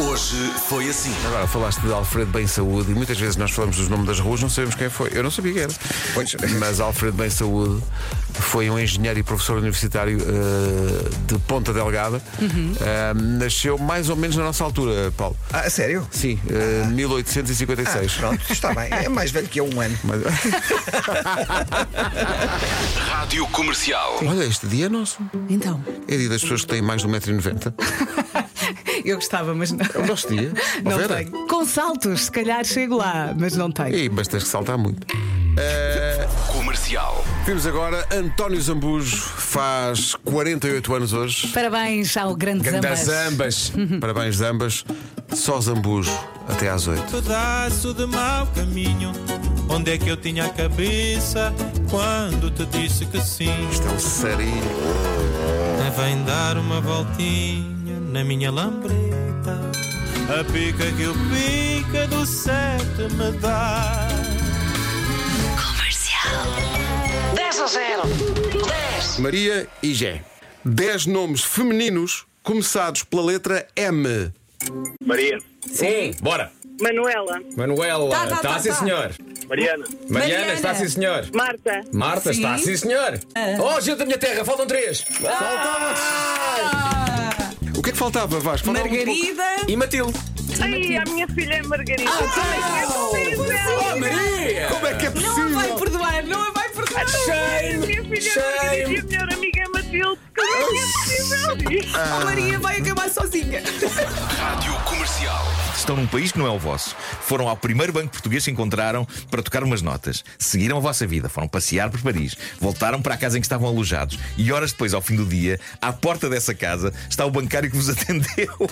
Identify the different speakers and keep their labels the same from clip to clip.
Speaker 1: Hoje foi assim.
Speaker 2: Agora falaste de Alfredo Bem Saúde e muitas vezes nós falamos dos nomes das ruas, não sabemos quem foi. Eu não sabia quem era.
Speaker 3: Pois.
Speaker 2: Mas Alfredo Bem Saúde foi um engenheiro e professor universitário eh, de Ponta Delgada.
Speaker 3: Uhum.
Speaker 2: Eh, nasceu mais ou menos na nossa altura, Paulo.
Speaker 3: Ah, sério?
Speaker 2: Sim, eh, 1856.
Speaker 3: Ah. Pronto, está bem. É mais velho que eu um ano.
Speaker 2: Mas-
Speaker 1: Rádio Comercial.
Speaker 2: olha, este dia é nosso.
Speaker 4: Então,
Speaker 2: É dia das pessoas que têm mais de 1,90m.
Speaker 4: eu gostava, mas não.
Speaker 2: É o nosso dia. Ó,
Speaker 4: Não
Speaker 2: Vera.
Speaker 4: tenho. Com saltos, se calhar chego lá, mas não tenho.
Speaker 2: E, mas tens que saltar muito.
Speaker 1: Comercial.
Speaker 2: Vimos agora António Zambujo, faz 48 anos hoje.
Speaker 4: Parabéns ao grande
Speaker 2: Grandes
Speaker 4: Zambas.
Speaker 2: ambas. Parabéns, Zambas. Só Zambujo até às oito.
Speaker 5: pedaço de mau caminho. Onde é que eu tinha a cabeça quando te disse que sim?
Speaker 2: Isto é um sarilho.
Speaker 5: Vem dar uma voltinha na minha lambreta. A pica que o pica do sete me dá.
Speaker 6: 10 a 0. 10.
Speaker 7: Maria e Jé. 10 nomes femininos começados pela letra M.
Speaker 8: Maria,
Speaker 9: Sim, Hum, bora.
Speaker 8: Manuela,
Speaker 9: Manuela,
Speaker 4: Tá, tá,
Speaker 9: está
Speaker 4: tá,
Speaker 9: sim,
Speaker 4: tá.
Speaker 9: senhor.
Speaker 8: Mariana,
Speaker 9: Mariana,
Speaker 4: Mariana.
Speaker 9: está
Speaker 2: assim,
Speaker 9: sim, senhor.
Speaker 8: Marta,
Speaker 9: Marta,
Speaker 4: Sim. Ah.
Speaker 9: está sim, senhor. Oh, gente da minha terra, faltam três.
Speaker 2: O que é que faltava, Vasco? Faltava muito
Speaker 4: ah, Margarida.
Speaker 9: E Matilde.
Speaker 8: Ai, a minha filha é Margarida. Ai, que
Speaker 9: Oh, Maria!
Speaker 2: pouco. Como é que é
Speaker 4: Ah, Não a
Speaker 2: possível?
Speaker 4: vai perdoar, não a vai perdoar.
Speaker 8: é
Speaker 9: Shame!
Speaker 8: a minha filha é Margarida e
Speaker 9: Shame!
Speaker 8: a melhor amiga é Matilde. Como é que é possível isto?
Speaker 4: A Maria vai acabar sozinha.
Speaker 1: Rádio Comercial.
Speaker 10: estão num país que não é o vosso. Foram ao primeiro banco português que encontraram para tocar umas notas. Seguiram a vossa vida, foram passear por Paris, voltaram para a casa em que estavam alojados e horas depois, ao fim do dia, à porta dessa casa, está o bancário que vos atendeu.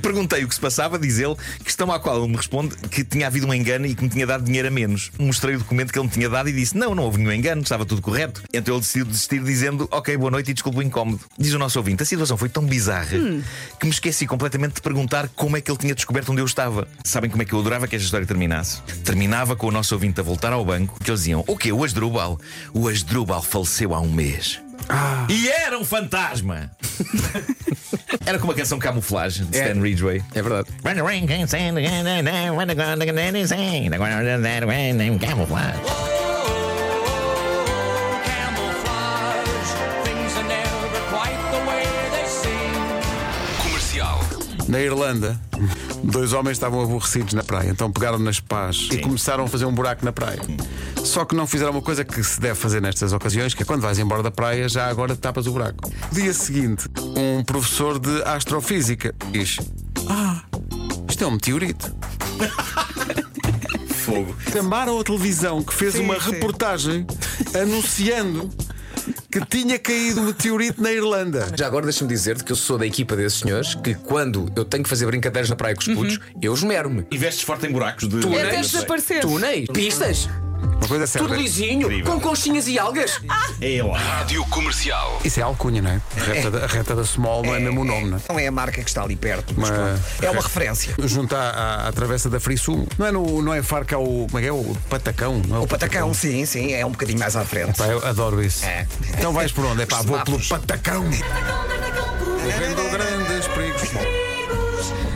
Speaker 10: Perguntei o que se passava, diz ele, questão à qual ele me responde que tinha havido um engano e que me tinha dado dinheiro a menos. Mostrei o documento que ele me tinha dado e disse: Não, não houve nenhum engano, estava tudo correto. Então ele decidiu desistir, dizendo: Ok, boa noite e desculpa o incómodo. Diz o nosso ouvinte: A situação foi tão bizarra que me esqueci completamente de perguntar como é que ele tinha descoberto onde eu estava. Sabem como é que eu adorava que esta história terminasse? Terminava com o nosso ouvinte a voltar ao banco, que eles diziam: O quê? O Asdrubal? O Asdrubal faleceu há um mês. E era um fantasma! era com uma canção camuflagem de Stan Ridgway.
Speaker 9: É verdade.
Speaker 1: Comercial.
Speaker 2: Na Irlanda, dois homens estavam aborrecidos na praia, então pegaram nas pás e começaram a fazer um buraco na praia. Só que não fizeram uma coisa que se deve fazer nestas ocasiões, que é quando vais embora da praia, já agora tapas o buraco. Dia seguinte, um professor de astrofísica diz: Ah, isto é um meteorito.
Speaker 10: Fogo.
Speaker 2: Chamaram a televisão que fez
Speaker 4: Sim,
Speaker 2: uma
Speaker 4: sim.
Speaker 2: reportagem anunciando que tinha caído um meteorito na Irlanda.
Speaker 3: Já agora deixa-me dizer-te que eu sou da equipa desses senhores que quando eu tenho que fazer brincadeiras na praia com os
Speaker 2: Uhum.
Speaker 3: putos, eu esmero-me.
Speaker 10: E vestes forte em buracos de.
Speaker 3: Tu
Speaker 4: Até
Speaker 3: Não sei.
Speaker 4: desaparecer.
Speaker 3: Túneis, pistas,
Speaker 2: Uma coisa
Speaker 3: tudo
Speaker 2: certa.
Speaker 3: lisinho,
Speaker 10: Incrível.
Speaker 3: com conchinhas e algas.
Speaker 10: É lá.
Speaker 1: Rádio Comercial.
Speaker 2: Isso é alcunha, não é? A reta, da- a reta da Small não é mesmo o nome, não é?
Speaker 3: Não é a marca que está ali perto, mas
Speaker 2: Mas-
Speaker 3: pronto, é uma referência.
Speaker 2: Junto à, à- à travessa da Frisum. Não é, no, não é Faro que é o. Como é que é? O Patacão? Não é
Speaker 3: O patacão, sim, sim, é um bocadinho mais à frente.
Speaker 2: Pá, eu adoro isso.
Speaker 3: É.
Speaker 2: Então vais por onde? É pá,
Speaker 3: Os
Speaker 2: vou pelo
Speaker 3: semáforos.
Speaker 2: Patacão. Correndo grandes perigos.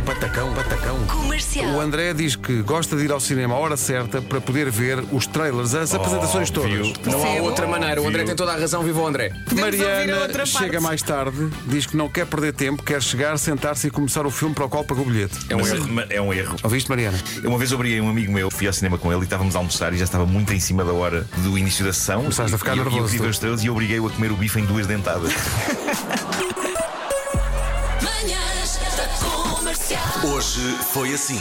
Speaker 2: Patacão, Patacão. O André diz que gosta de ir ao cinema à hora certa para poder ver os trailers, as apresentações todas.
Speaker 3: Não há
Speaker 4: Percebo.
Speaker 3: outra maneira, o André tem toda a razão, viva o André.
Speaker 4: Podemos ouvir a
Speaker 2: Mariana
Speaker 4: outra
Speaker 2: chega
Speaker 4: parte.
Speaker 2: mais tarde, diz que não quer perder tempo, quer chegar, sentar-se e começar o filme para o qual pagou o bilhete.
Speaker 10: É um erro. É um erro.
Speaker 2: Ouviste, Mariana?
Speaker 10: Uma vez obriguei um amigo meu, fui ao cinema com ele e estávamos a almoçar e já estava muito em cima da hora do início da sessão.
Speaker 2: Começaste a ficar
Speaker 10: e, eu-
Speaker 2: nervoso,
Speaker 10: E eu tive
Speaker 2: tu.
Speaker 10: as estrelas e obriguei-o a comer o bife em duas dentadas.
Speaker 1: Hoje foi assim.